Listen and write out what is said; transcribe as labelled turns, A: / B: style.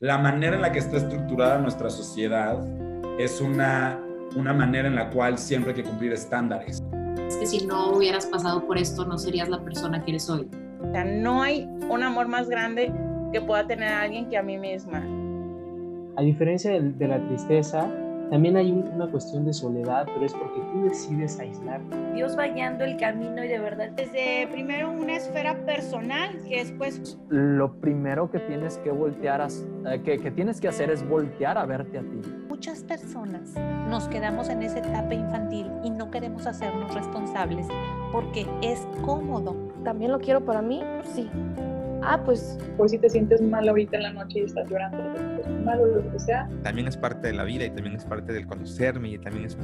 A: la manera en la que está estructurada nuestra sociedad es una, una manera en la cual siempre hay que cumplir estándares.
B: Es que si no hubieras pasado por esto, no serías la persona que eres hoy.
C: O sea, no hay un amor más grande que pueda tener a alguien que a mí misma.
D: A diferencia de, de la tristeza, también hay un, una cuestión de soledad, pero es porque tú decides aislarte.
E: Dios va guiando el camino y de verdad
F: desde primero una esfera personal que pues, después
G: Lo primero que tienes que voltear, a- eh, que, que tienes que hacer es voltear a verte a ti.
H: Muchas personas nos quedamos en esa etapa infantil y no queremos hacernos responsables porque es cómodo.
I: ¿También lo quiero para mí? Sí. Ah, pues
J: por si te sientes mal ahorita en la noche y estás llorando, te sientes mal o lo que sea,
K: También es parte de la vida y también es parte del conocerme y también es